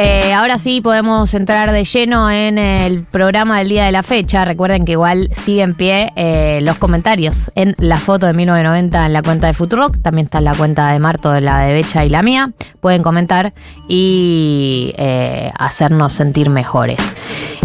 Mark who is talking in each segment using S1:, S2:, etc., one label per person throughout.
S1: eh, ahora sí podemos entrar de lleno en el programa del día de la fecha. Recuerden que igual sigue en pie eh, los comentarios en la foto de 1990 en la cuenta de Futurock. También está en la cuenta de Marto, de la de Becha y la mía. Pueden comentar y eh, hacernos sentir mejores.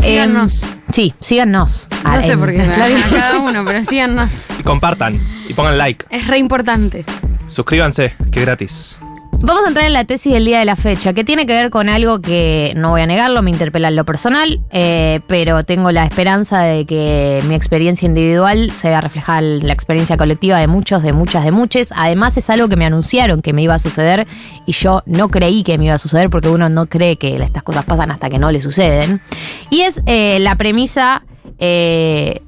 S2: Síganos.
S1: Em, sí, síganos. Ah,
S2: No sé
S1: en-
S2: por qué.
S1: en Claudio.
S2: A cada uno, pero síganos.
S3: Y compartan. Y pongan like.
S2: Es re importante.
S3: Suscríbanse, que es gratis.
S1: Vamos a entrar en la tesis del día de la fecha, que tiene que ver con algo que no voy a negarlo, me interpela en lo personal, eh, pero tengo la esperanza de que mi experiencia individual se vea reflejada en la experiencia colectiva de muchos, de muchas, de muchos. Además es algo que me anunciaron que me iba a suceder y yo no creí que me iba a suceder porque uno no cree que estas cosas pasan hasta que no le suceden. Y es eh, la premisa... eh,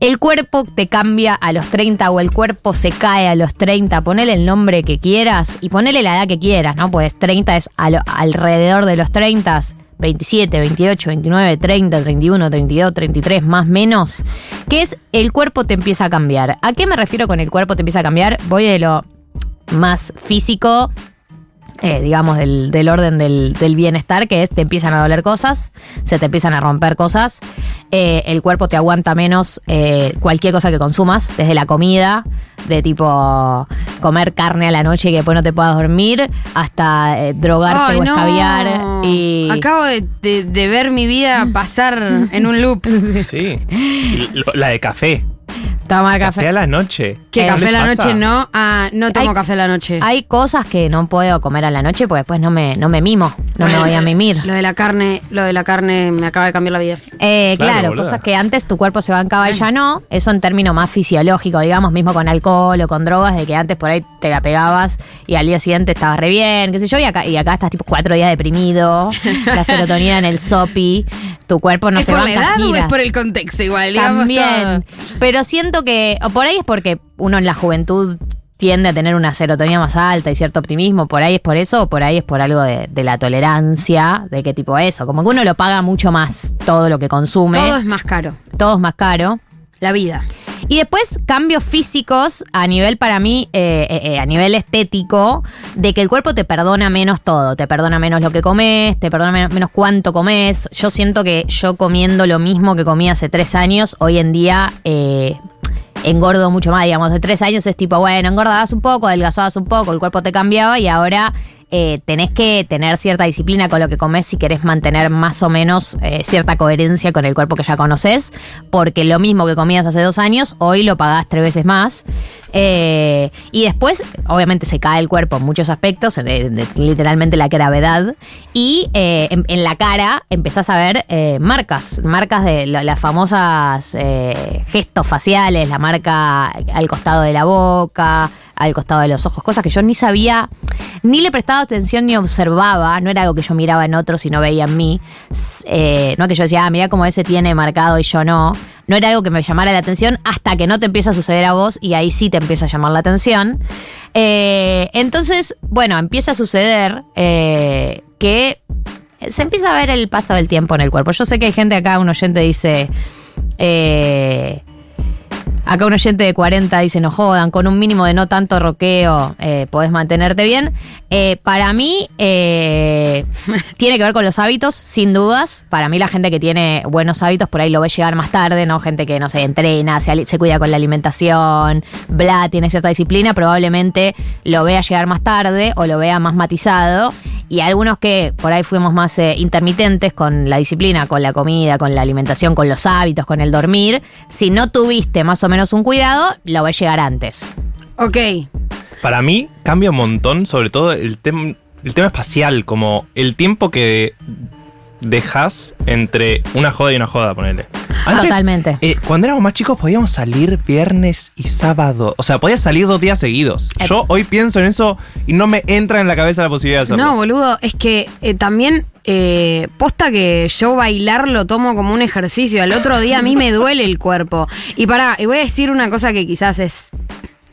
S1: el cuerpo te cambia a los 30 o el cuerpo se cae a los 30. Ponele el nombre que quieras y ponele la edad que quieras, ¿no? Pues 30 es a lo- alrededor de los 30, 27, 28, 29, 30, 31, 32, 33, más menos. Que es el cuerpo te empieza a cambiar. ¿A qué me refiero con el cuerpo te empieza a cambiar? Voy de lo más físico eh, digamos, del, del orden del, del bienestar, que es te empiezan a doler cosas, se te empiezan a romper cosas, eh, el cuerpo te aguanta menos eh, cualquier cosa que consumas, desde la comida, de tipo comer carne a la noche y que después no te puedas dormir, hasta eh, drogarte
S2: Ay,
S1: o
S2: no.
S1: escabiar. Y
S2: Acabo de, de- de ver mi vida pasar en un loop.
S3: Sí. Y lo- la de café.
S1: tomar
S3: Café,
S1: café.
S3: a la noche.
S1: Eh,
S2: Que
S3: ¿No
S2: café a
S3: les
S2: la
S3: pasa?
S2: noche no. Ah, no tomo
S1: Ay.
S2: café a la noche.
S1: Hay cosas que no puedo comer a la noche porque después no me, no me mimo, no me voy a mimir.
S2: Lo de la carne, lo de la carne me acaba de cambiar la vida.
S1: Eh,
S3: Claro,
S1: claro,
S3: boluda.
S1: cosas que antes tu cuerpo se bancaba y ya no. Eso en términos más fisiológicos, digamos, mismo con alcohol o con drogas, de que antes por ahí te la pegabas y al día siguiente estabas re bien, qué sé yo, y acá, y acá estás tipo cuatro días deprimido, la serotonina en el sopi, tu cuerpo no
S2: ¿Es
S1: se
S2: por la
S1: banca.
S2: edad o es
S1: giras.
S2: por el contexto igual? Digamos
S1: También.
S2: todo.
S1: Pero siento que, o por ahí es porque uno en la juventud tiende a tener una serotonina más alta y cierto optimismo, por ahí es por eso, o por ahí es por algo de, de la tolerancia, de qué tipo eso, como que uno lo paga mucho más todo lo que consume,
S2: Todo
S1: todo,
S2: es más caro.
S1: es más caro.
S2: La vida.
S1: Y después cambios físicos a nivel para mí, eh, eh, eh, a nivel estético, de que el cuerpo te perdona menos todo, te perdona menos lo que comes, te perdona men- menos cuánto comes. Yo siento que yo comiendo lo mismo que comía hace tres años, hoy en día... eh, engordo mucho más, digamos, de tres años es tipo, bueno, engordabas un poco, adelgazabas un poco, el cuerpo te cambiaba y ahora eh, tenés que tener cierta disciplina con lo que comes si querés mantener más o menos eh, cierta coherencia con el cuerpo que ya conoces, porque lo mismo que comías hace dos años, hoy lo pagás tres veces más. Eh, y después, obviamente, se cae el cuerpo en muchos aspectos, de- de- literalmente la gravedad, y eh, en, en la cara empezás a ver eh, marcas, marcas de la- las famosas eh, gestos faciales, la marca al costado de la boca, al costado de los ojos, cosas que yo ni sabía, ni le prestaba atención ni observaba, no era algo que yo miraba en otros y no veía en mí, S- eh, no que yo decía, ah, mira cómo ese tiene marcado y yo no, no era algo que me llamara la atención hasta que no te empieza a suceder a vos y ahí sí te empieza a llamar la atención. Eh, entonces, bueno, empieza a suceder eh, que se empieza a ver el paso del tiempo en el cuerpo. Yo sé que hay gente acá, un oyente dice... eh, Acá un oyente de 40 dice, no jodan, con un mínimo de no tanto roqueo eh, podés mantenerte bien. Eh, para mí eh, tiene que ver con los hábitos, sin dudas. Para mí la gente que tiene buenos hábitos por ahí lo ve llegar más tarde, ¿no? Gente que, no sé, entrena, se, ali- se cuida con la alimentación, bla, tiene cierta disciplina, probablemente lo vea llegar más tarde o lo vea más matizado. Y algunos que por ahí fuimos más eh, intermitentes con la disciplina, con la comida, con la alimentación, con los hábitos, con el dormir, si no tuviste más o menos un cuidado, lo va a llegar antes.
S2: Ok.
S3: Para mí cambia un montón, sobre todo el, tem- el tema espacial, como el tiempo que dejas entre una joda y una joda, ponele.
S1: Totalmente.
S3: eh, cuando éramos más chicos podíamos salir viernes y sábado. O sea, podías salir dos días seguidos.
S1: Eh.
S3: Yo hoy pienso en eso y no me entra en la cabeza la posibilidad de hacerlo.
S2: No, boludo, es que eh, también eh, posta que yo bailar lo tomo como un ejercicio. Al otro día a mí me duele el cuerpo. Y pará, y voy a decir una cosa que quizás es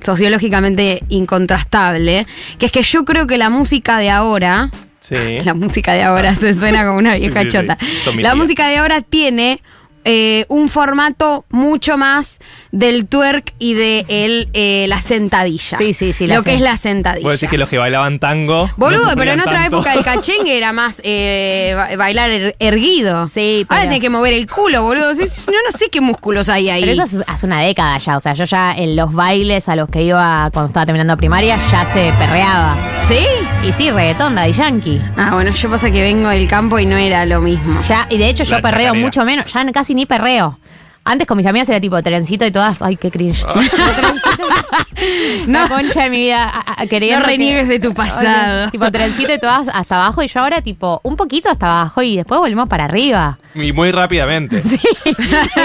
S2: sociológicamente incontrastable, que es que yo creo que la música de ahora,
S3: Sí.
S2: la música de ahora se suena como una
S3: ¿Eh? Ah. Sí,
S2: vieja
S3: sí, sí.
S2: chota,
S3: Son mi
S2: la
S3: tía.
S2: música de ahora tiene eh, un formato mucho más del twerk y de el, eh, la sentadilla.
S1: Sí, sí, sí, la
S2: Lo que
S1: sé.
S2: es la sentadilla.
S3: Vos decís que los que bailaban tango.
S2: Boludo,
S3: no se
S2: pero en
S3: movían
S2: otra
S3: tanto.
S2: época el cachengue era más eh, ba- bailar er- erguido.
S1: Sí,
S2: Ahora
S1: pero-
S2: tenés que mover el culo, boludo. Sí, sí, Yo no sé qué músculos hay ahí.
S1: Pero eso es hace una década ya, o sea, yo ya en los bailes a los que iba cuando estaba terminando primaria ya se perreaba.
S2: ¿Sí?
S1: Y sí, reggaetón, Daddy Yankee.
S2: Ah, bueno, yo pasa que vengo del campo y no era lo mismo.
S1: Ya, y de hecho yo
S3: La
S1: perreo
S3: chacarera.
S1: mucho menos, ya casi ni perreo. Antes con mis amigas era tipo trencito y todas, ay, qué cringe.
S3: Ah.
S1: Trencito, La concha de mi vida, a- a- queriendo.
S2: No
S1: que-
S2: reniegues de tu pasado.
S1: Tipo trencito y todas hasta abajo y yo ahora tipo un poquito hasta abajo y después volvemos para arriba.
S3: Y muy rápidamente.
S1: Sí.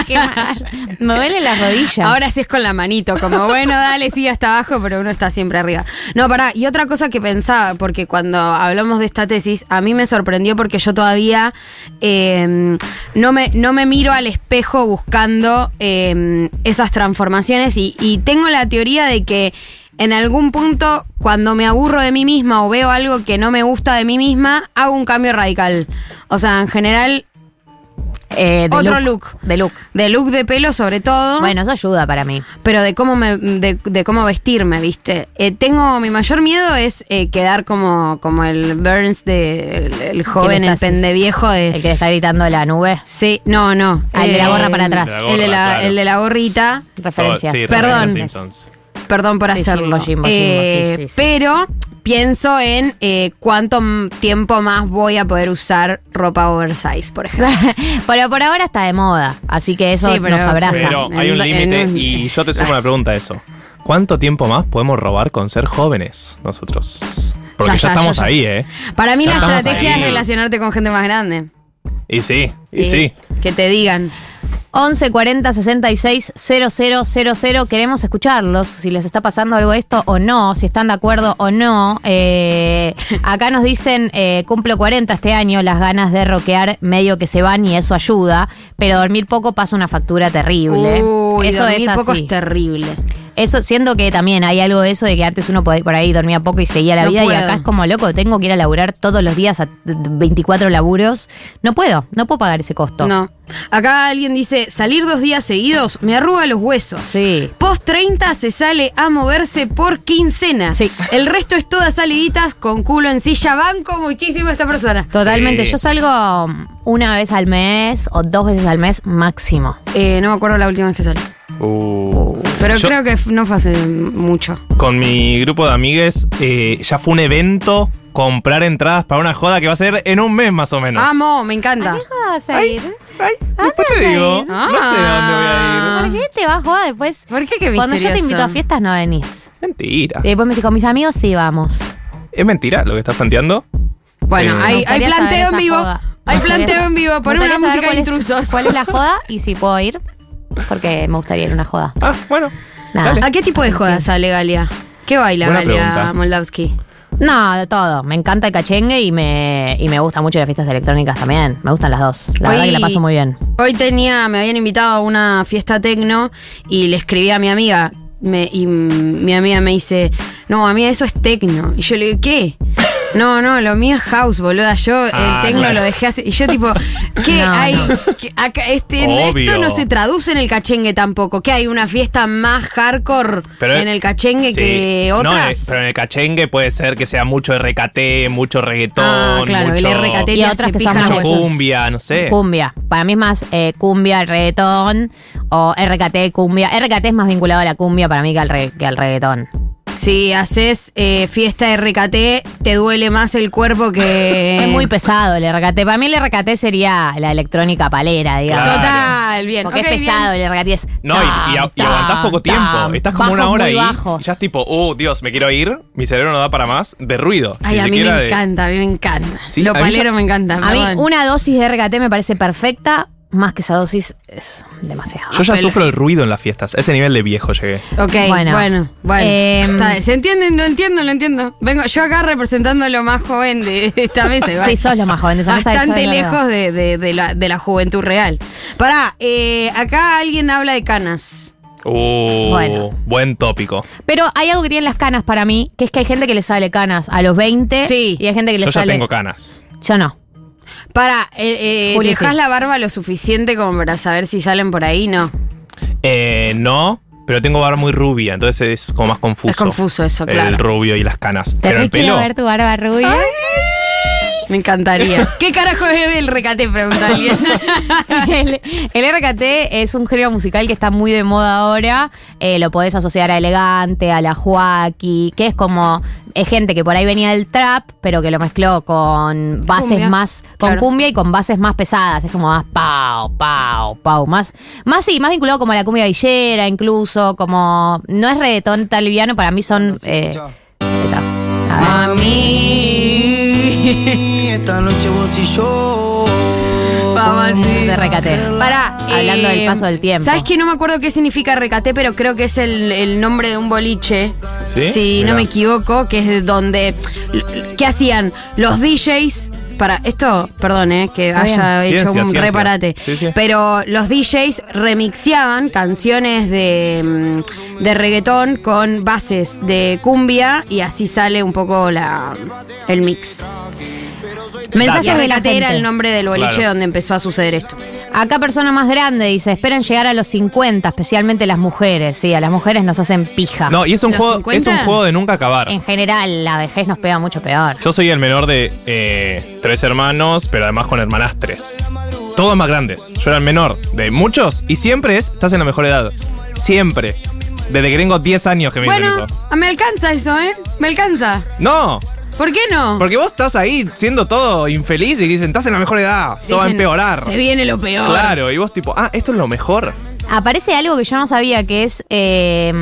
S1: Qué mal. Me duelen las rodillas.
S2: Ahora sí es con la manito, como bueno, dale, sí, hasta abajo, pero uno está siempre arriba. No, pará, y otra cosa que pensaba, porque cuando hablamos de esta tesis, a mí me sorprendió porque yo todavía eh, no, me, no me miro al espejo buscando eh, esas transformaciones y, y tengo la teoría de que en algún punto, cuando me aburro de mí misma o veo algo que no me gusta de mí misma, hago un cambio radical. O sea, en general,
S1: Eh, de
S2: otro look.
S1: De look.
S2: de look de pelo sobre todo
S1: Bueno, eso ayuda para mí.
S2: pero de cómo me, de, de cómo vestirme, ¿viste? Eh, tengo, mi mayor miedo es eh, quedar como, como el Burns de el, el joven, el
S1: estás-
S2: pendeviejo
S1: El
S2: de.
S1: que le está gritando la nube.
S2: Sí, no, no.
S1: Ah, el de la gorra para atrás.
S3: De la gorra,
S2: el, de la,
S3: claro.
S2: el de la gorrita.
S1: Referencias.
S3: Todo- sí,
S2: Perdón.
S3: referencias Simpsons.
S2: Perdón por
S1: Sí,
S2: hacerlo.
S1: Jimbo, Jimbo, Jimbo,
S2: Eh,
S1: sí, sí, sí.
S2: Pero pienso en eh, cuánto m- tiempo más voy a poder usar ropa oversize, por ejemplo.
S1: pero por ahora está de moda, así que eso
S2: Sí, pero-
S1: nos abraza.
S3: Pero
S2: En
S3: hay un
S2: un-
S3: límite
S2: en un-
S3: y yo te sumo una pregunta a eso. ¿Cuánto tiempo más podemos robar con ser jóvenes nosotros?
S2: Ya
S3: Porque ya,
S2: está,
S3: estamos
S2: ya está.
S3: ahí, ¿eh?
S2: Para mí
S3: Ya
S2: la
S3: estamos
S2: estrategia
S3: ahí.
S2: es relacionarte con gente más grande.
S3: Y sí, y sí.
S2: Que te digan.
S1: 11 40 66 000. Queremos escucharlos si les está pasando algo esto o no, si están de acuerdo o no. Eh, acá nos dicen: eh, cumplo 40 este año, las ganas de roquear medio que se van y eso ayuda, pero dormir poco pasa una factura terrible.
S2: Uy,
S1: eso
S2: dormir
S1: es así.
S2: poco es terrible.
S1: Eso siento que también hay algo de eso de que antes uno por ahí- por ahí dormía poco y seguía la
S2: No
S1: vida y
S2: puedo.
S1: acá es como loco, tengo que ir a laburar todos los días a 24 laburos. No puedo, no puedo pagar ese costo.
S2: No. Acá alguien dice, salir dos días seguidos me arruga los huesos.
S1: Sí.
S2: Post 30 se sale a moverse por quincena.
S1: Sí.
S2: El resto es todas saliditas con culo en silla. Banco muchísimo a esta persona.
S1: Totalmente,
S3: Sí.
S1: yo salgo mm, una vez al mes o dos veces al mes máximo.
S2: Eh, no me acuerdo la última vez que salí.
S3: Uh.
S2: Pero
S3: Yo-
S2: creo que f- no fue hace mucho.
S3: Con mi grupo de amigues eh, ya fue un evento comprar entradas para una joda que va a ser en un mes más o menos.
S2: Amo, me encanta.
S1: vas a ir?
S3: Ay, después te digo. No sé dónde voy a
S2: Ah.
S3: ir.
S1: ¿Por qué te vas a jugar después?
S2: ¿Por qué Ah. que
S1: Cuando yo te invito a fiestas no venís.
S3: Mentira.
S1: Y después me dijo, con mis amigos sí vamos.
S3: ¿Es mentira lo que estás planteando? Eh,
S2: Bueno,
S3: Me
S2: hay, hay
S1: gustaría saber
S2: planteo en
S1: esa
S2: vivo.
S1: joda.
S2: Hay
S1: Me gustaría
S2: planteo en
S1: sa-
S2: vivo.
S1: me
S2: Poner una
S1: gustaría saber
S2: música de
S1: cuál es-
S2: intrusos.
S1: ¿Cuál es la joda? Y si puedo ir, porque me gustaría ir a una joda.
S3: Ah, bueno.
S1: Nada.
S3: Dale.
S2: ¿A qué tipo de joda sale Galia? ¿Qué baila
S3: Buena
S2: Galia
S3: pregunta.
S2: Moldavsky?
S1: No, de todo. Me encanta el cachengue y me, y me gusta mucho las fiestas electrónicas también. Me gustan las dos. La verdad
S2: Hoy-
S1: que la paso muy bien.
S2: Hoy tenía, me habían invitado a una fiesta tecno y le escribí a mi amiga. Me- y mm, mi amiga me dice, no, a mí eso es tecno. Y yo le digo, ¿qué? No, no, lo mío es house, boluda. Yo
S3: Ah,
S2: el tecno
S3: claro.
S2: lo dejé así. Y yo tipo, ¿qué
S1: No,
S2: hay?
S1: no.
S2: ¿Qué- acá- este, en
S3: Obvio.
S2: esto no se traduce en el cachengue tampoco. ¿Qué hay? ¿Una fiesta más hardcore
S3: Pero-
S2: en el cachengue
S3: sí.
S2: que
S3: No,
S2: otras?
S3: eh, pero en el cachengue puede ser que sea mucho RKT, mucho reggaetón,
S2: ah, claro,
S3: mucho,
S2: el RKT
S1: Y
S2: te hace
S1: otras que
S2: pija
S1: son
S2: los
S1: más
S3: mucho
S1: de
S2: huesos.
S3: cumbia, no sé.
S1: Cumbia. Para mí es más eh, cumbia, reggaetón o RKT, cumbia. RKT es más vinculado a la cumbia para mí que al, re- que al reggaetón.
S2: Si haces eh, fiesta de RKT, te duele más el cuerpo que.
S1: Es muy pesado el RKT. Para mí el RKT sería la electrónica palera, digamos.
S3: Claro.
S2: Total, bien.
S1: Porque
S2: Ok,
S1: es pesado
S2: bien.
S1: el RKT. Es
S3: No, y- y, a-
S1: tam,
S3: y aguantás
S1: tam,
S3: poco tiempo.
S1: tam.
S3: Estás como una
S1: Bajos
S3: hora
S1: muy
S3: ahí.
S1: bajos.
S3: y ya es tipo, oh, Dios, me quiero ir. Mi cerebro no da para más. De ruido.
S2: Ay,
S3: ni
S2: a mí
S3: siquiera
S2: me
S3: de-
S2: encanta, a mí me encanta.
S3: Sí,
S2: Lo
S3: a mí
S2: palero
S3: ya-
S2: me encanta.
S1: A mí
S2: perdón.
S1: una dosis de RKT me parece perfecta, más que esa dosis es demasiado.
S3: Yo ya
S2: Apela.
S3: sufro el ruido en las fiestas. A ese nivel de viejo llegué.
S2: Ok,
S1: Bueno.
S2: bueno, bueno.
S1: Eh,
S2: Está- ¿Se entienden? Lo entiendo, lo entiendo. Vengo yo acá representando lo más joven de esta mesa. igual.
S1: Sí, sos lo más joven de esa mesa,
S2: Bastante
S1: eso es verdad.
S2: lejos de, de- de la, de la juventud real. Pará, eh, acá alguien habla de canas.
S3: Uh,
S1: Bueno.
S3: buen tópico.
S1: Pero hay algo que tienen las canas para mí, que es que hay gente que le sale canas a los 20
S2: Sí.
S1: y hay gente que
S3: Yo
S1: le
S3: ya
S1: sale.
S3: tengo canas.
S1: Yo no.
S2: Para, eh, eh,
S1: Juli,
S2: ¿dejás
S1: sí.
S2: la barba lo suficiente como para saber si salen por ahí? No.
S3: Eh, no, pero tengo barba muy rubia, entonces es como más confuso.
S2: Es confuso eso,
S3: El
S2: claro.
S3: rubio y las canas. Pero el
S1: Terrible
S3: pelo.
S1: ver tu barba rubia.
S2: Me encantaría. ¿Qué carajo es del recate? Pregunta alguien.
S1: el, el RKT es un género musical que está muy de moda ahora. Eh, lo podés asociar a Elegante, a la Joaquí, que es como es gente que por ahí venía del trap, pero que lo mezcló con bases
S2: Cumbia.
S1: más. con
S2: Claro.
S1: cumbia y con bases más pesadas. Es como más pau, pau, pau. Más, más sí, más vinculado como a la cumbia villera, incluso. Como. No es reggaetón tan liviano, para mí son. eh, a ver.
S4: Mami, esta noche vos y yo.
S1: De recate.
S2: Pará. eh,
S1: Hablando del paso del tiempo.
S2: ¿Sabes que no me acuerdo qué significa recate, pero creo que es el, el nombre de un boliche?
S3: ¿Sí?
S2: Si
S3: Mirá.
S2: no me equivoco, que es de donde. ¿Qué hacían? Los DJs. Para, esto, perdón, eh, que
S1: Está bien.
S2: haya
S3: Ciencia,
S2: hecho un
S3: ciencia.
S2: reparate.
S3: Sí, sí.
S2: Pero los DJs remixiaban canciones de, mm, de reggaetón con bases de cumbia y así sale un poco la, el mix.
S1: Mensajes
S2: Que
S1: de la
S2: Recate era
S1: gente.
S2: el nombre del boliche
S3: Claro.
S2: donde empezó a suceder esto.
S1: Acá persona más grande dice, esperan llegar a los 50, especialmente las mujeres. Sí, a las mujeres nos hacen pija.
S3: No, y es un,
S2: ¿Los Eh.
S3: juego, es un
S2: 50?
S3: juego de nunca acabar.
S1: En general, la vejez nos pega mucho peor.
S3: Yo soy el menor de eh, tres hermanos, pero además con hermanastres. Todos más grandes. Yo era el menor de muchos y siempre es, estás en la mejor edad. Siempre. Desde que tengo 10 años que me
S2: Bueno,
S3: dicen eso.
S2: me alcanza eso, ¿eh? Me alcanza.
S3: No,
S2: ¿Por qué no?
S3: porque vos estás ahí siendo todo infeliz y dicen, estás en la mejor edad, todo va a
S2: Dicen,
S3: empeorar.
S2: Se viene lo peor.
S3: Claro, y vos tipo, ah, esto es lo mejor.
S1: Aparece algo que yo no sabía, que es eh,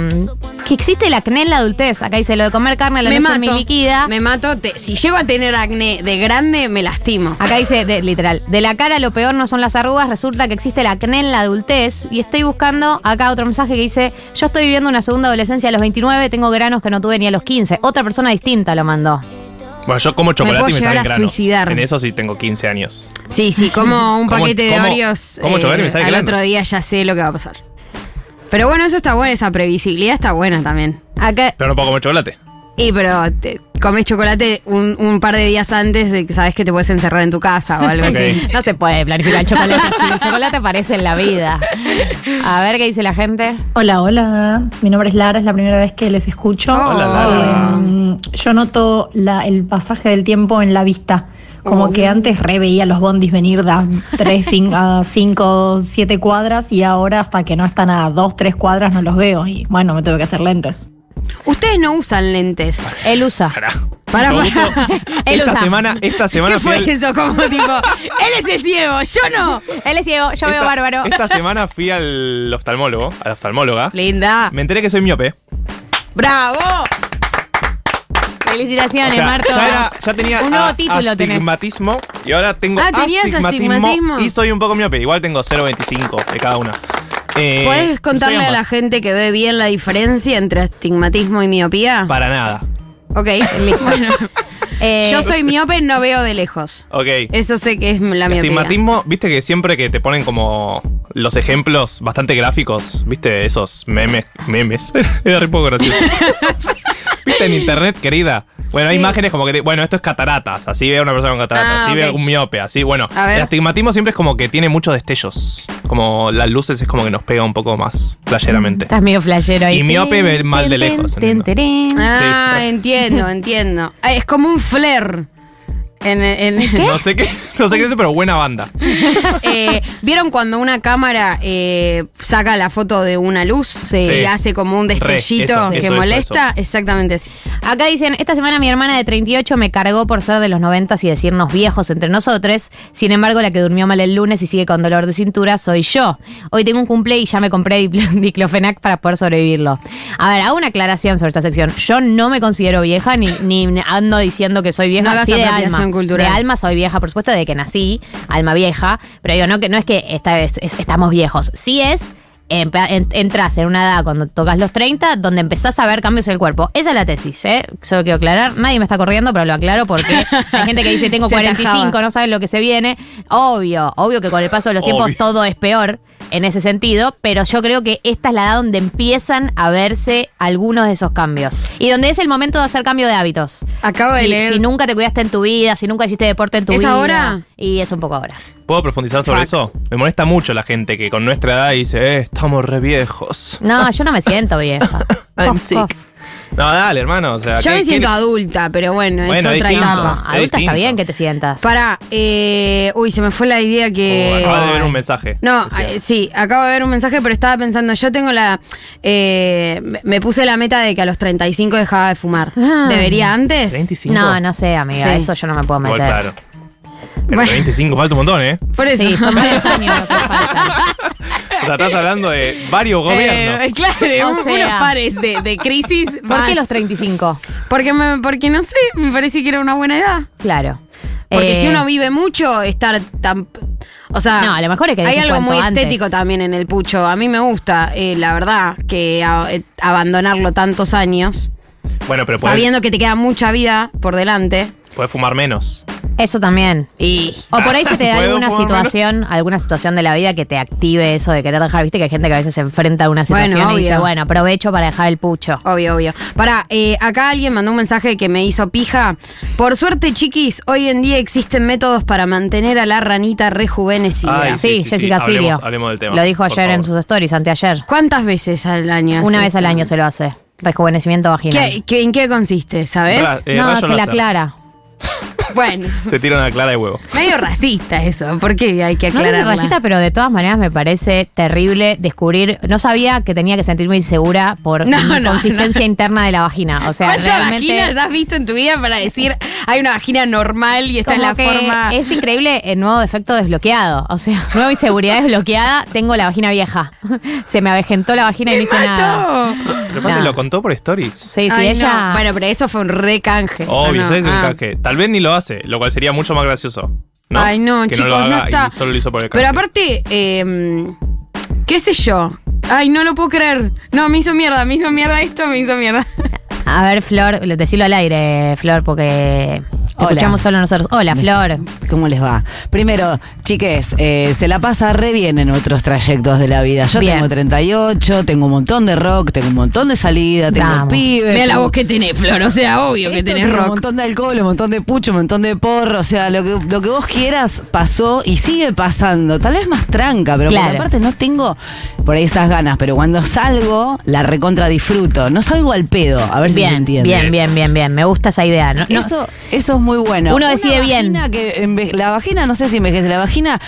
S1: que existe el acné en la adultez. Acá dice, lo de comer carne a la
S2: me
S1: noche
S2: mato.
S1: me liquida.
S2: Me mato. te- si llego a tener acné de grande, me lastimo.
S1: Acá dice, de- literal, de la cara lo peor no son las arrugas, resulta que existe el acné en la adultez. Y estoy buscando acá otro mensaje que dice, yo estoy viviendo una segunda adolescencia a los 29, tengo granos que no tuve ni a los 15. Otra persona distinta lo mandó.
S3: Bueno, yo como chocolate
S2: puedo
S3: y me
S2: llegar
S3: salen
S2: a
S3: granos.
S2: suicidar.
S3: En eso sí tengo 15 años.
S2: Sí, sí, como un
S3: ¿Cómo-
S2: paquete de
S3: cómo-
S2: Oreos. eh,
S3: cómo chocar y me sale
S2: Al
S3: granos?
S2: otro día ya sé lo que va a pasar. Pero bueno, eso está bueno, esa previsibilidad está buena también.
S1: Acá,
S3: Pero no puedo comer chocolate.
S2: Y pero te comes chocolate un, un par de días antes de que sabes que te puedes encerrar en tu casa o algo
S3: Ok.
S2: así.
S1: No se puede planificar el chocolate así. El chocolate aparece en la vida. A ver qué dice la gente.
S5: Hola, hola. Mi nombre es Lara, es la primera vez que les escucho.
S3: Hola, Lara.
S5: Em, yo noto la- el pasaje del tiempo en la vista. Como
S2: Uf.
S5: que antes re veía los bondis venir de a 3, 5, 7 cuadras y ahora hasta que no están a 2, 3 cuadras no los veo. Y bueno, me tuve que hacer lentes.
S2: Ustedes no usan lentes.
S1: Él usa.
S3: Pará.
S2: Pará,
S3: Yo
S2: pará.
S3: uso-
S1: Él
S3: esta
S1: usa.
S3: semana, esta semana
S2: ¿Qué
S3: fui
S2: fue
S3: al-
S2: eso? Como tipo, él es el ciego, yo no.
S1: Él es ciego, yo veo
S3: esta-
S1: bárbaro.
S3: Esta semana fui al oftalmólogo, a la oftalmóloga.
S2: Linda.
S3: Me enteré que soy miope.
S2: ¡Bravo!
S1: Felicitaciones,
S3: O sea,
S1: Marto.
S3: ya, era- ya tenía
S1: Un nuevo
S3: a-
S1: título tenés.
S3: astigmatismo y ahora tengo
S2: Ah, ¿tenías
S3: astigmatismo,
S2: astigmatismo?
S3: y soy un poco miope. Igual tengo 0.25 de cada una. Eh,
S2: ¿Puedes contarle
S3: soy
S2: a la
S3: ambas.
S2: gente que ve bien la diferencia entre astigmatismo y miopía?
S3: Para nada.
S2: ok, listo. Bueno,
S1: Eh,
S2: yo soy miope, no veo de lejos.
S3: Ok.
S2: Eso sé que es la miopía.
S3: Astigmatismo, viste que siempre que te ponen como los ejemplos bastante gráficos, viste esos memes, memes, era un poco gracioso. viste en internet, querida. Bueno, hay
S2: Sí.
S3: imágenes como que, te- bueno, esto es cataratas, así ve a una persona con cataratas,
S2: Ah,
S3: así ve
S2: ok.
S3: un miope, así, bueno.
S2: A ver.
S3: El astigmatismo siempre es como que tiene muchos destellos, como las luces es como que nos pega un poco más playeramente.
S1: Estás medio flashero ahí.
S3: Y miope ve
S1: Tin,
S3: mal de
S1: tin,
S3: lejos,
S1: tin,
S3: entiendo.
S1: tin, tin.
S2: Ah,
S3: Sí.
S2: entiendo, entiendo. Ah, Es como un flair. En, en-
S3: No sé qué, no sé qué es, eso, pero buena banda.
S2: Eh, ¿Vieron cuando una cámara eh, saca la foto de una luz
S3: Sí.
S2: y hace como un
S3: Re,
S2: destellito
S3: eso,
S2: que
S3: eso, eso,
S2: molesta? Exactamente así.
S1: Acá dicen, esta semana mi hermana de 38 me cargó por ser de los 90 y decirnos viejos entre nosotros. Sin embargo, la que durmió mal el lunes y sigue con dolor de cintura soy yo. Hoy tengo un cumple y ya me compré dipl- diclofenac para poder sobrevivirlo. A ver, hago una aclaración sobre esta sección. Yo no me considero vieja ni, ni ando diciendo que soy vieja.
S2: No hagas
S1: sí de
S2: apropiación
S1: alma. De
S2: cultural.
S1: alma soy vieja, por supuesto, de que nací, alma vieja. Pero digo, no, que, no es que esta vez es- estamos viejos. Sí es... empe- en- Entras en una edad cuando tocas los 30 donde empezás a ver cambios en el cuerpo. Esa es la tesis, ¿eh? Solo quiero aclarar. Nadie me está corriendo, pero lo aclaro porque hay gente que dice tengo
S2: Se
S1: 45,
S2: atajaba.
S1: no sabes lo que se viene. Obvio, obvio que con el paso de los tiempos
S3: Obvio.
S1: todo es peor. en ese sentido, pero yo creo que esta es la edad donde empiezan a verse algunos de esos cambios y donde es el momento de hacer cambio de hábitos.
S2: Acabo de
S1: Si-
S2: leer-
S1: Si nunca te cuidaste en tu vida, si nunca hiciste deporte en tu
S2: ¿Es
S1: vida.
S2: ahora?
S1: Y es un poco ahora.
S3: ¿Puedo profundizar sobre
S2: Fuck.
S3: eso? Me molesta mucho la gente que con nuestra edad dice, eh, estamos re viejos.
S1: No, yo no me siento vieja.
S3: I'm
S1: Cof,
S3: sick.
S1: cof.
S3: No, dale, hermano. O sea,
S2: Yo
S3: ¿qué-
S2: me
S3: qué-
S2: siento adulta, pero bueno,
S3: Bueno,
S2: es otra
S3: distinto.
S1: No,
S2: etapa.
S3: Es
S1: adulta está
S3: distinto.
S1: bien que te sientas.
S2: Pará, eh, uy, se me fue la idea
S3: Oh,
S2: que...
S3: acabas de ver un mensaje.
S2: eh. No,
S3: Decía,
S2: eh, sí, acabo de ver un mensaje, pero estaba pensando, yo tengo la... eh, me- me puse la meta de que a los 35 dejaba de fumar.
S1: Ah.
S2: ¿Debería antes?
S3: 25.
S1: no, no sé, amiga,
S2: Sí.
S1: eso yo no me puedo
S3: Igual,
S1: meter.
S3: claro. Pero
S2: Bueno.
S3: 25 falta un montón, ¿eh?
S2: Por eso.
S1: Sí, son varios años lo que faltan.
S3: O sea, estás hablando de varios gobiernos.
S2: Eh, claro, de
S1: O
S2: un-
S1: sea.
S2: unos pares de, de crisis.
S1: ¿Por
S2: más.
S1: qué los 35?
S2: Porque, me- porque no sé, me parece que era una buena edad.
S1: Claro.
S2: Porque
S1: Eh,
S2: si uno vive mucho, estar tan. O sea.
S1: No, a lo mejor es que
S2: Hay
S1: dejes
S2: algo
S1: cuanto
S2: muy
S1: antes.
S2: estético también en el pucho. A mí me gusta, eh, la verdad, que a- eh, abandonarlo tantos años,
S3: Bueno, pero puedes,
S2: sabiendo que te queda mucha vida por delante.
S3: puedes fumar menos.
S1: Eso también.
S2: Y.
S1: O por ahí se te da
S3: ¿Puedo
S1: alguna
S3: fumar menos?
S1: situación, alguna situación de la vida que te active eso de querer dejar. Viste que hay gente que a veces se enfrenta a una
S2: Bueno,
S1: situación y dice,
S2: obvio.
S1: bueno, aprovecho para dejar el pucho.
S2: Obvio, obvio. Pará, eh, acá alguien mandó un mensaje que me hizo pija. Por suerte, chiquis, hoy en día existen métodos para mantener a la ranita rejuvenecida.
S3: Ay,
S1: sí,
S3: Ah, sí, sí,
S1: Jessica
S3: sí.
S1: Sirio.
S3: Hablemos- hablemos del tema,
S1: Lo dijo
S3: por
S1: ayer en
S3: favor.
S1: sus stories, anteayer.
S2: ¿Cuántas veces al año?
S1: Una
S2: hace
S1: vez al
S2: esto?
S1: año se lo hace. Rejuvenecimiento vaginal.
S2: Ah, ¿Qué, qué- en qué consiste,
S3: Ra-
S2: sabes?
S3: eh,
S1: no,
S3: rayo
S1: se la
S3: láser.
S1: aclara.
S2: Bueno,
S3: Se tira una clara de huevo.
S2: medio racista eso, porque hay que
S1: No sé si
S2: aclararla.
S1: racista, pero de todas maneras me parece terrible descubrir. No sabía que tenía que sentirme insegura por
S2: No,
S1: mi
S2: no,
S1: consistencia interna de la vagina. O sea,
S2: ¿Cuántas
S1: realmente.
S2: vaginas has visto en tu vida para decir hay una vagina normal y esta es
S1: como
S2: la
S1: que
S2: forma?
S1: Es increíble el nuevo defecto desbloqueado. O sea, nueva inseguridad desbloqueada, tengo la vagina vieja. Se me avejentó la vagina y no
S2: ¡Me
S1: hice nada.
S2: mató!
S3: Pero aparte
S1: No.
S3: lo contó por stories.
S1: Sí, sí,
S2: Ay,
S1: ella.
S2: no. Bueno, pero eso fue un re canje.
S3: Obvio,
S2: ¿o no?
S3: ustedes dicen
S2: Ah.
S3: que tal vez ni lo hace, lo cual sería mucho más gracioso. ¿no?
S2: Ay, no,
S3: que
S2: chicos,
S3: no, lo haga
S2: no está.
S3: Y solo lo hizo por el
S2: Pero
S3: canje.
S2: aparte, eh, qué sé yo. Ay, no lo puedo creer. No, me hizo mierda, me hizo mierda esto, me hizo mierda.
S1: A ver, Flor, decilo al aire, Flor, porque te
S6: Hola.
S1: escuchamos solo nosotros. Hola, Flor.
S6: ¿Cómo les va? Primero, chiques, eh, se la pasa re bien en otros trayectos de la vida. Yo
S1: Bien.
S6: tengo 38, tengo un montón de rock, tengo un montón de salida, tengo
S1: Vamos.
S6: pibes.
S2: Mira la
S6: tengo-
S2: voz que tenés, Flor. O sea, obvio que
S6: Esto
S2: tenés
S6: tiene Un
S2: rock.
S6: montón de alcohol, un montón de pucho, un montón de porro. O sea, lo que, lo que vos quieras pasó y sigue pasando. Tal vez más tranca, pero
S1: Claro.
S6: por aparte no tengo por ahí esas ganas. Pero cuando salgo, la recontra disfruto. No salgo al pedo. A ver si se
S1: Bien,
S6: entiende.
S1: bien, bien, bien, bien. Me gusta esa idea. No- no-
S6: Eso, eso es muy bueno.
S1: Uno decide
S6: Una
S1: bien.
S6: vagina que enve- la vagina, no sé si envejece, la vagina,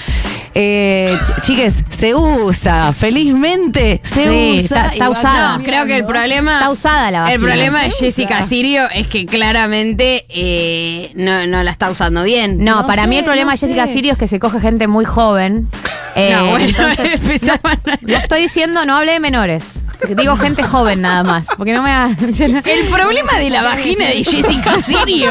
S6: eh, ch- chiques, se usa, felizmente se
S1: Sí,
S6: usa.
S1: está- está
S6: y va
S1: usada.
S2: No, creo que el problema.
S1: Está usada la
S2: El
S1: vagina.
S2: problema de
S6: Se usa.
S2: Jessica Sirio es que claramente eh, no, no la está usando bien.
S1: No,
S6: No
S1: para mí el
S6: sé,
S1: problema
S6: no
S1: de Jessica
S6: sé.
S1: Sirio es que se coge gente muy joven. Eh,
S2: no, bueno,
S1: entonces,
S2: empezamos a-
S1: no estoy diciendo, no hable de menores. Digo gente joven nada más. Porque no me ha- yo no-
S2: El problema de la vagina de Jessica Sirio.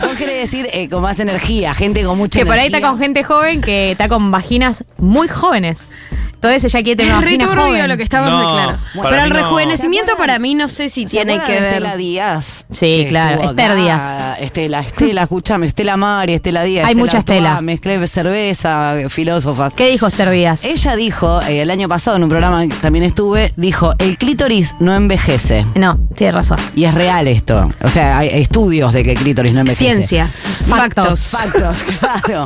S6: Vos querés decir eh, con más energía, gente con mucha
S1: Que por ahí está
S6: energía.
S1: con gente joven que está con vaginas muy jóvenes. Entonces ella quiere tener
S2: es
S1: una
S2: re
S1: vagina
S2: turbio
S1: joven.
S2: lo que estamos
S3: No,
S2: claro.
S3: para
S2: Pero
S3: mí
S2: el
S3: no.
S2: rejuvenecimiento
S6: ¿Se acuerdan?
S2: para mí no sé si
S6: ¿Se
S2: tiene que
S6: acuerdan de
S2: ver.
S6: Estela Díaz.
S1: Sí,
S6: Que
S1: claro,
S6: estuvo
S1: Esther
S6: acá.
S1: Díaz.
S6: Estela, Estela, escúchame, Estela Mari, Estela Díaz.
S1: Hay mucha Estela.
S6: Artois, Mezclé cerveza, eh, filósofas.
S1: ¿Qué dijo Esther Díaz?
S6: Ella dijo, eh, el año pasado en un programa en que también estuve, dijo, el clítoris no envejece.
S1: No, tiene razón.
S6: Y es real esto. O sea, hay estudios de que el clítoris no envejece.
S2: Ciencia. Factos.
S6: Factos, claro.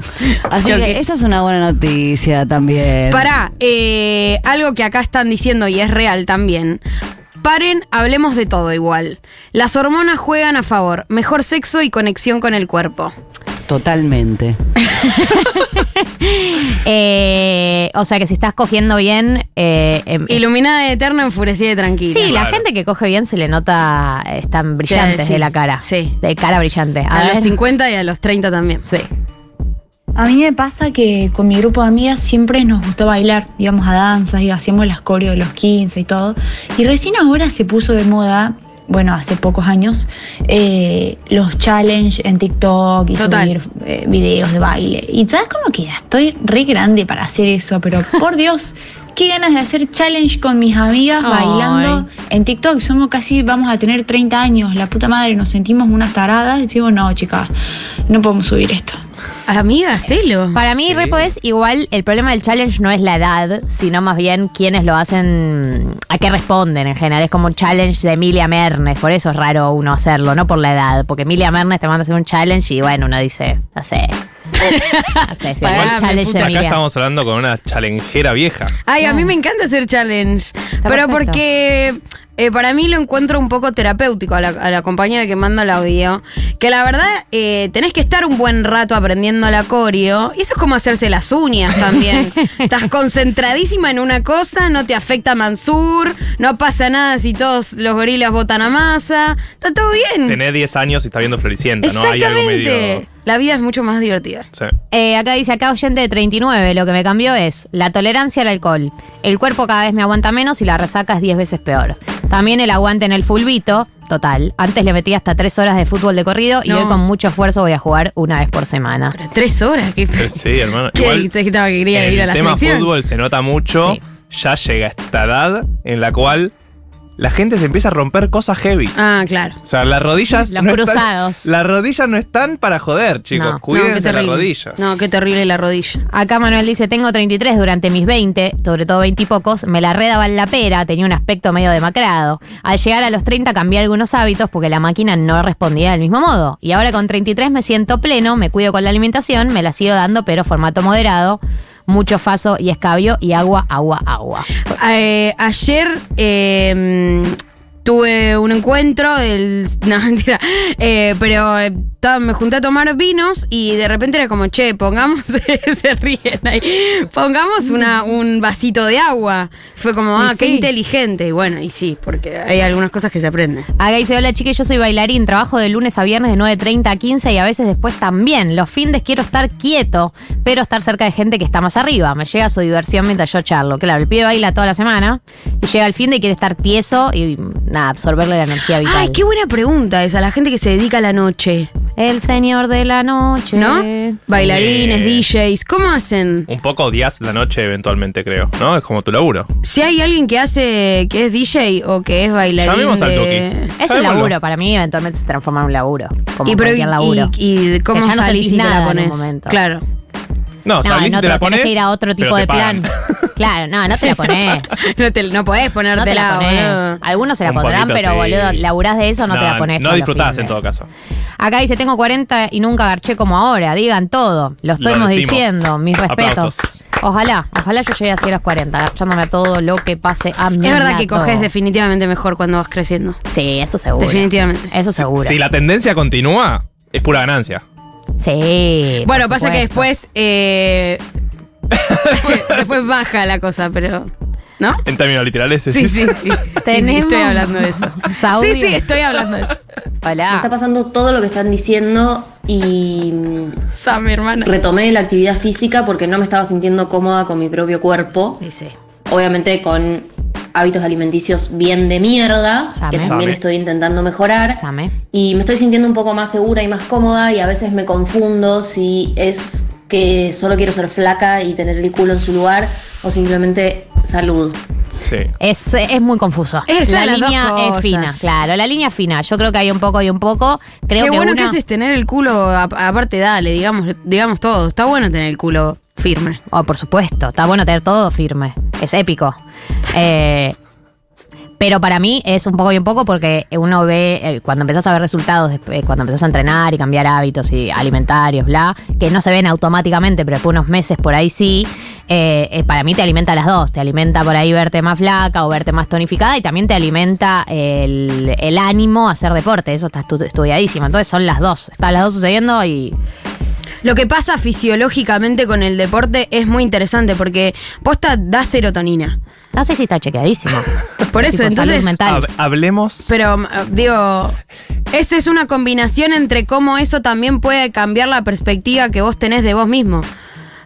S6: Así
S2: Yo
S6: que
S2: que-
S6: esa es una buena noticia también.
S2: Pará, eh, algo que acá están diciendo y es real también. Paren, hablemos de todo igual. Las hormonas juegan a favor. Mejor sexo y conexión con el cuerpo.
S6: Totalmente.
S1: Eh, o sea que si estás cogiendo bien. eh, em-
S2: Iluminada de eterno, enfurecida y tranquila.
S1: Sí, la
S3: Claro.
S1: gente que coge bien se le nota eh, están brillantes
S2: sí,
S1: de la cara.
S2: sí.
S1: De cara brillante. A,
S2: A,
S1: ver.
S2: los 50 y a los 30 también.
S1: Sí.
S5: A mí me pasa que con mi grupo de amigas siempre nos gustó bailar, íbamos a danzas y hacíamos las coreos de los 15 y todo. Y recién ahora se puso de moda, bueno, hace pocos años, eh, los challenge en TikTok y
S2: Total.
S5: subir eh, videos de baile. Y sabes como que ya estoy re grande para hacer eso, pero por Dios, qué ganas de hacer challenge con mis amigas
S1: Ay.
S5: bailando en TikTok somos casi, vamos a tener 30 años, la puta madre, nos sentimos unas taradas y decimos, no, chicas, no podemos subir esto.
S2: Amiga, hacelo.
S1: Para mí, Repoes, igual el problema del challenge no es la edad, sino más bien quiénes lo hacen, a qué responden en general. Es como un challenge de Emilia Mernes, por eso es raro uno hacerlo, no por la edad, porque Emilia Mernes te manda a hacer un challenge y bueno, uno dice, no sé. No sé, si
S2: Pará,
S1: es el
S2: me
S1: challenge de
S2: puta,
S3: Acá
S1: Emilia.
S3: estamos hablando con una challengera vieja.
S2: Ay, a mí me encanta hacer challenge. pero
S1: perfecto.
S2: porque eh, para mí lo encuentro un poco terapéutico a la, a la compañera que manda el audio. Que la verdad, eh, tenés que estar un buen rato aprendiendo la coreo. Y eso es como hacerse las uñas también. Estás concentradísima en una cosa, no te afecta Mansur, no pasa nada si todos los gorilas votan a masa. Está todo bien.
S3: Tenés 10 años y está viendo Floricienta, ¿no? Hay algo medio.
S2: Mm. Exactamente. La vida es mucho más divertida.
S3: Sí.
S1: Eh, acá dice, acá oyente de 39, lo que me cambió es la tolerancia al alcohol. El cuerpo cada vez me aguanta menos y la resaca es 10 veces peor. También el aguante en el fulbito, total. Antes le metí hasta 3 horas de fútbol de corrido y
S2: No.
S1: hoy con mucho esfuerzo voy a jugar una vez por semana.
S2: Pero tres horas. ¿qué?
S3: Eh, Sí, hermano.
S2: ¿Qué?
S3: Igual,
S2: ¿Te dijiste que quería
S3: el
S2: ir a la
S3: tema
S2: selección?
S3: fútbol se nota mucho.
S1: Sí.
S3: Ya llega esta edad en la cual la gente se empieza a romper cosas heavy.
S2: Ah, claro.
S3: O sea, las rodillas.
S1: Los
S3: están-
S1: cruzados.
S3: las rodillas no están para joder, chicos.
S1: No.
S2: qué
S3: Cuídense las
S2: terrible.
S3: rodillas.
S2: No, qué terrible la rodilla.
S1: Acá Manuel dice, tengo 33 durante mis 20, sobre todo 20 y pocos, me la redaba en la pera, tenía un aspecto medio demacrado. Al llegar a los 30 cambié algunos hábitos porque la máquina no respondía del mismo modo. Y ahora con 33 me siento pleno, me cuido con la alimentación, me la sigo dando, pero formato moderado, mucho faso y escabio y agua, agua, agua.
S2: Eh, ayer eh, tuve un encuentro del. No, mentira. Eh, pero eh, estaba- me junté a tomar vinos y de repente era como, che, pongamos. se ríen ahí. Pongamos una, un vasito de agua. Fue como, ah,
S1: Y
S2: qué
S1: sí.
S2: inteligente. Y bueno, y sí, porque hay algunas cosas que se aprenden.
S1: Acá dice, hola chiques, yo soy bailarín, trabajo de lunes a viernes de 9.30 a 15 y a veces después también. Los findes quiero estar quieto, pero estar cerca de gente que está más arriba. Me llega su diversión mientras yo charlo. Claro, el pibe baila toda la semana y llega al fin de y quiere estar tieso y nada, absorberle la energía vital.
S2: Ay, qué buena pregunta esa, la gente que se dedica a la noche.
S1: El señor de la noche.
S2: ¿No? Bailarines,
S3: Sí.
S2: DJs, ¿cómo hacen?
S3: Un poco odias la noche eventualmente, creo. ¿No? Es como tu laburo.
S2: Si hay alguien que hace, que es DJ o que es bailarín.
S3: Llamemos al
S2: de-
S3: Tuki.
S1: Es un
S3: Sabémoslo.
S1: laburo, para mí eventualmente se transforma en un laburo. Como
S2: Y, pero, y,
S1: cualquier laburo.
S2: y- y
S1: Que
S2: cómo
S1: ya no
S2: salís
S1: sentís
S2: y te la
S1: nada en un
S2: pones.
S1: momento.
S2: Claro.
S3: No,
S1: no,
S3: salís
S1: en
S3: y te
S1: otro tenés
S3: la pones.
S1: que ir a otro
S3: pero
S1: tipo
S3: te
S1: de
S3: pagan.
S1: plan. Claro, no, no te la pones.
S2: No, te, no podés
S1: No te la
S2: ponértela,
S1: pones.
S2: boludo.
S1: Algunos se la
S3: Un
S1: pondrán,
S3: poquito,
S1: pero
S3: sí.
S1: boludo, laburás de eso, no, te la pones.
S3: No
S1: todos los
S3: disfrutás en
S1: fines.
S3: todo caso.
S1: Acá dice, tengo 40 y nunca garché como ahora. Digan todo. Lo estamos
S3: decimos.
S1: diciendo. Mis respetos.
S3: Aplausos.
S1: Ojalá, ojalá yo llegue así a los 40, garchándome a todo lo que pase a mi
S2: Es verdad que
S1: lado.
S2: coges definitivamente mejor cuando vas creciendo.
S1: Sí, eso seguro.
S2: Definitivamente.
S1: Eso seguro.
S3: Si la tendencia continúa, es pura ganancia.
S1: Sí.
S2: Bueno,
S1: por
S2: pasa que
S1: supuesto.
S2: después. eh, después baja la cosa, pero. ¿No?
S3: En términos literales, es
S2: Sí,
S3: eso.
S2: sí, sí. Sí, sí,
S1: Tenemos
S2: estoy hablando de eso.
S1: audios.
S2: Sí, sí, estoy hablando de eso.
S7: Me está
S1: Hola.
S7: pasando todo lo que están diciendo y mm,
S2: Sa, mi hermana.
S7: retomé la actividad física porque no me estaba sintiendo cómoda con mi propio cuerpo.
S1: Dice.
S7: Obviamente con hábitos alimenticios bien de mierda,
S1: Same.
S7: que también
S3: Same.
S7: estoy intentando mejorar.
S1: Same.
S7: Y me estoy sintiendo un poco más segura y más cómoda y a veces me confundo si es que solo quiero ser flaca y tener el culo en su lugar o simplemente salud.
S3: Sí.
S1: Es, es muy confuso.
S2: Es
S1: la
S2: de las dos
S1: línea es
S2: cosas.
S1: fina. Claro, la línea es fina. Yo creo que hay un poco y un poco. Creo
S2: Qué
S1: que
S2: bueno
S1: una-
S2: que eso es tener el culo, a- aparte dale, digamos, digamos todo. Está bueno tener el culo firme.
S1: Oh, por supuesto, está bueno tener todo firme. Es épico. Eh, pero para mí es un poco y un poco porque uno ve, eh, cuando empezás a ver resultados, desp- eh, cuando empezás a entrenar y cambiar hábitos y alimentarios, bla, que no se ven automáticamente, pero después de unos meses por ahí sí, eh, eh, para mí te alimenta las dos. Te alimenta por ahí verte más flaca o verte más tonificada y también te alimenta el, el ánimo a hacer deporte. Eso está estu- estudiadísimo. Entonces son las dos. Están las dos sucediendo y
S2: Lo que pasa fisiológicamente con el deporte es muy interesante porque posta da serotonina.
S1: no sé si está chequeadísimo.
S2: Por eso,
S1: Tipo, salud
S2: entonces.
S1: mental.
S3: Hab- hablemos.
S2: Pero mm, digo, esa es una combinación entre cómo eso también puede cambiar la perspectiva que vos tenés de vos mismo. O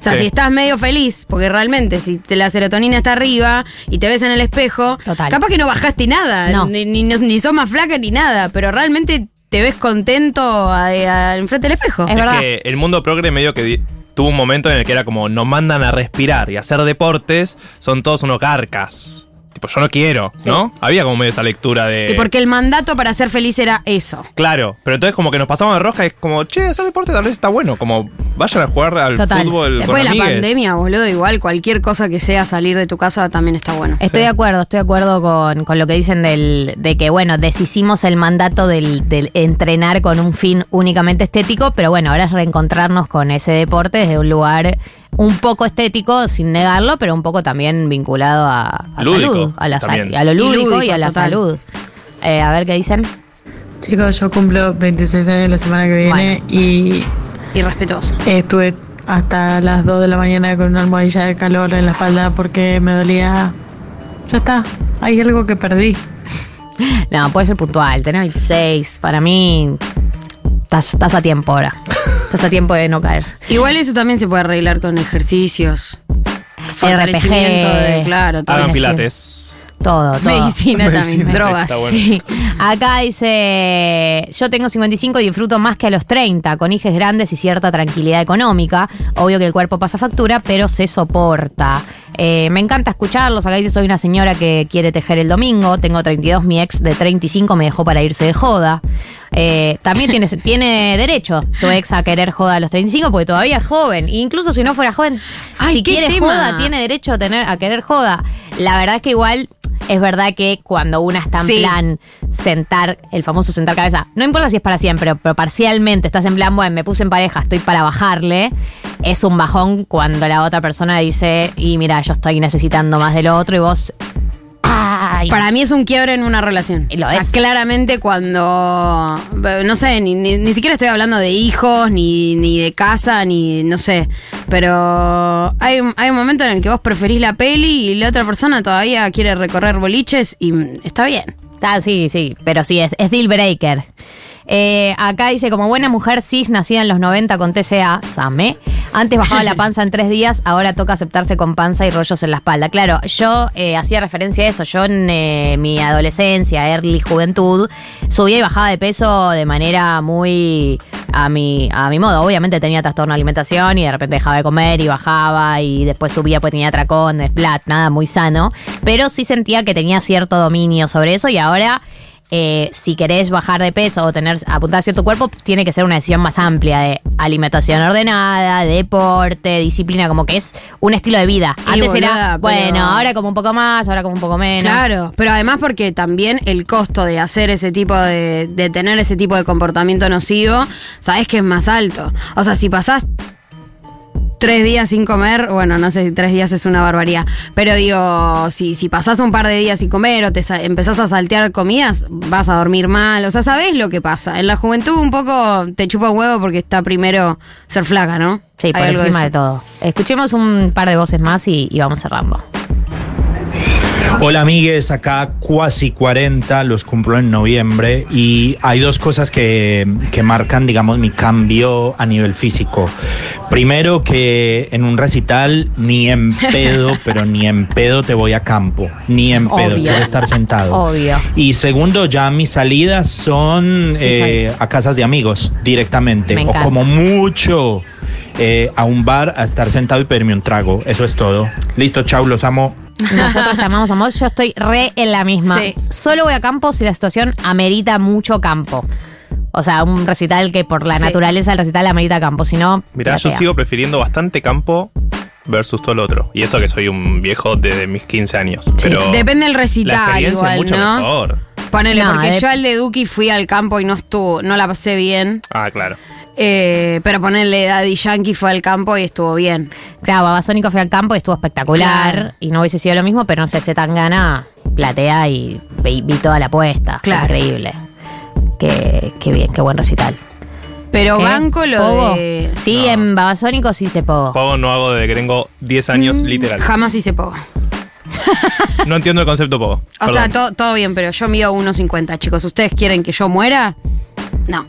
S2: sea,
S3: Sí.
S2: si estás medio feliz, porque realmente si te- la serotonina está arriba y te ves en el espejo,
S1: Total.
S2: capaz que no bajaste nada,
S1: No.
S2: Ni, ni, ni sos más flaca ni nada, pero realmente te ves contento a- a- enfrente del espejo.
S1: Es verdad.
S3: que el mundo progre medio que di- tuvo un momento en el que era como nos mandan a respirar y a hacer deportes, son todos unos carcas. tipo, yo no quiero, ¿no? Había como medio esa lectura de.
S2: Y porque el mandato para ser feliz era eso.
S3: Claro, pero entonces como que nos pasamos de rosca y es como, che, hacer deporte tal vez está bueno, como vayan a jugar al
S1: Total.
S3: fútbol con
S2: Después de la
S3: amigues.
S2: pandemia, boludo, igual cualquier cosa que sea salir de tu casa también está bueno.
S1: Estoy de acuerdo, estoy de acuerdo con, con lo que dicen del, de que, bueno, deshicimos el mandato del, del entrenar con un fin únicamente estético, pero bueno, ahora es reencontrarnos con ese deporte desde un lugar un poco estético, sin negarlo, pero un poco también vinculado a, a
S3: Lúdico,
S1: salud, a, la sa-
S3: también.
S1: a lo
S2: Y
S1: lúdico y,
S2: lúdico,
S1: a la
S2: total.
S1: salud. Eh, a ver qué dicen.
S8: Chicos, yo cumplo 26 años la semana que viene
S1: Bueno.
S8: y
S2: Y respetuoso.
S8: estuve hasta las 2 de la mañana con una almohadilla de calor en la espalda porque me dolía. Ya está, hay algo que perdí.
S1: No, puede ser puntual, tenés 26, para mí estás, estás a tiempo ahora. Estás a tiempo de no caer.
S2: Igual eso también se puede arreglar con ejercicios. Fortalecimiento de, claro, todo
S3: Hagan
S2: eso.
S3: pilates.
S1: Todo, todo.
S2: Medicina también,
S3: Medicina,
S2: drogas.
S3: está bueno.
S1: Sí. Acá dice, yo tengo 55 y disfruto más que a los 30, con hijes grandes y cierta tranquilidad económica. Obvio que el cuerpo pasa factura, pero se soporta. Eh, me encanta escucharlos. Acá dice, soy una señora que quiere tejer el domingo. Tengo 32, mi ex de 35 me dejó para irse de joda. Eh, también tiene, tiene derecho tu ex a querer joda a los 35 porque todavía es joven. E incluso si no fuera joven,
S2: Ay,
S1: si
S2: qué
S1: quiere
S2: tema.
S1: joda, tiene derecho a, tener, a querer joda. La verdad es que igual es verdad que cuando una está en
S2: Sí.
S1: plan sentar, el famoso sentar cabeza, no importa si es para siempre, pero parcialmente estás en plan, bueno, me puse en pareja, estoy para bajarle, es un bajón cuando la otra persona dice, y mira, yo estoy necesitando más de lo otro y vos... Ay,
S2: Para mí es un quiebre en una relación.
S1: Y lo
S2: O sea,
S1: es.
S2: claramente cuando. No sé, ni, ni- ni siquiera estoy hablando de hijos, ni, ni de casa, ni. No sé. Pero hay, un- hay un momento en el que vos preferís la peli y la otra persona todavía quiere recorrer boliches y mm, está bien.
S1: Ah, sí, sí, pero sí, es, es deal breaker. Eh, acá dice, como buena mujer cis nacida en los 90 con TCA, Same, antes bajaba la panza en tres días, ahora toca aceptarse con panza y rollos en la espalda. Claro, yo eh, hacía referencia a eso, yo en eh, mi adolescencia, early juventud, subía y bajaba de peso de manera muy a mi, a mi modo. Obviamente tenía trastorno de alimentación y de repente dejaba de comer y bajaba y después subía pues tenía tracones, plat, nada muy sano. Pero sí sentía que tenía cierto dominio sobre eso y ahora eh, si querés bajar de peso o tener apuntar a cierto cuerpo, tiene que ser una decisión más amplia de alimentación ordenada, deporte, disciplina, como que es un estilo de vida.
S2: Y
S1: Antes
S2: boluda,
S1: era,
S2: pero-
S1: bueno, ahora como un poco más, ahora como un poco menos.
S2: Claro, pero además porque también el costo de hacer ese tipo de, de tener ese tipo de comportamiento nocivo, sabes que es más alto. O sea, si pasás tres días sin comer, bueno, no sé si tres días es una barbaridad, pero digo, si, si pasás un par de días sin comer o te sa- empezás a saltear comidas, vas a dormir mal, o sea, sabés lo que pasa. En la juventud un poco te chupa un huevo porque está primero ser flaca, ¿no?
S1: Sí, por
S2: Hay algo
S1: encima de,
S2: eso.
S1: todo. Escuchemos un par de voces más y, y vamos cerrando.
S9: Hola amigues, acá cuasi 40, los cumplo en noviembre y hay dos cosas que, que marcan, digamos, mi cambio a nivel físico. Primero que en un recital ni en pedo, pero ni en pedo te voy a campo, ni en pedo,
S1: Obvio.
S9: quiero estar sentado.
S1: Obvio.
S9: Y segundo, ya mis salidas son eh, a casas de amigos directamente.
S1: Me
S9: o
S1: encanta.
S9: como mucho eh, a un bar a estar sentado y pedirme un trago. Eso es todo. Listo, chau, los amo.
S1: Nosotros te amamos, amor. Yo estoy re en la misma.
S2: Sí.
S1: Solo voy a campo si la situación amerita mucho campo. O sea, un recital que por la
S2: Sí.
S1: naturaleza el recital amerita campo. Si no,
S3: Mirá, yo
S1: piratea.
S3: sigo prefiriendo bastante campo versus todo lo otro. Y eso que soy un viejo desde mis 15 años. Pero
S2: Depende del
S3: la
S2: recital
S3: experiencia
S2: igual,
S3: es mucho
S2: ¿no?
S3: mejor.
S2: Ponele,
S1: No,
S2: porque
S1: de-
S2: yo al de Duki fui al campo y no estuvo, no la pasé bien.
S3: Ah, claro.
S2: Eh, pero ponele Daddy Yankee fue al campo y estuvo bien.
S1: Claro, Babasónico fue al campo y estuvo espectacular.
S2: Claro.
S1: Y no hubiese sido lo mismo, pero no sé, se tan gana, platea y vi, vi toda la apuesta. Fue
S2: Claro.
S1: Increíble. Qué, qué bien, qué buen recital.
S2: Pero
S1: ¿Eh?
S2: banco lo
S1: Pogo.
S2: de.
S1: Sí,
S3: No.
S1: en Babasónico sí se pogo.
S3: Pavo no hago de gringo 10 años, literal.
S2: Jamás hice pogo.
S3: No entiendo el concepto Pavo.
S2: O sea, to- todo bien, pero yo mido 1.50, chicos. ¿Ustedes quieren que yo muera? No.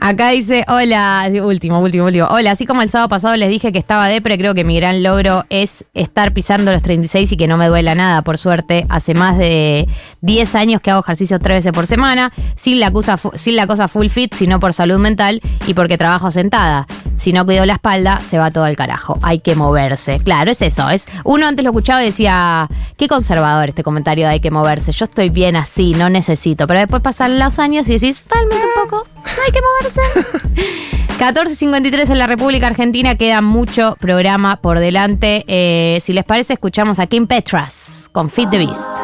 S1: Acá dice, hola, último, último, último. Hola, así como el sábado pasado les dije que estaba depre, creo que mi gran logro es estar pisando los 36 y que no me duela nada, por suerte. Hace más de 10 años que hago ejercicio tres veces por semana, sin la, cosa, fu- sin la cosa full fit, sino por salud mental y porque trabajo sentada. Si no cuido la espalda, se va todo al carajo. Hay que moverse. Claro, es eso. Es, uno antes lo escuchaba y decía, qué conservador este comentario de hay que moverse. Yo estoy bien así, no necesito. Pero después pasan los años y decís, realmente un poco, no hay que moverse. 14.53 en la República Argentina, queda mucho programa por delante. Eh, si les parece, escuchamos a Kim Petras con Fit the Beast.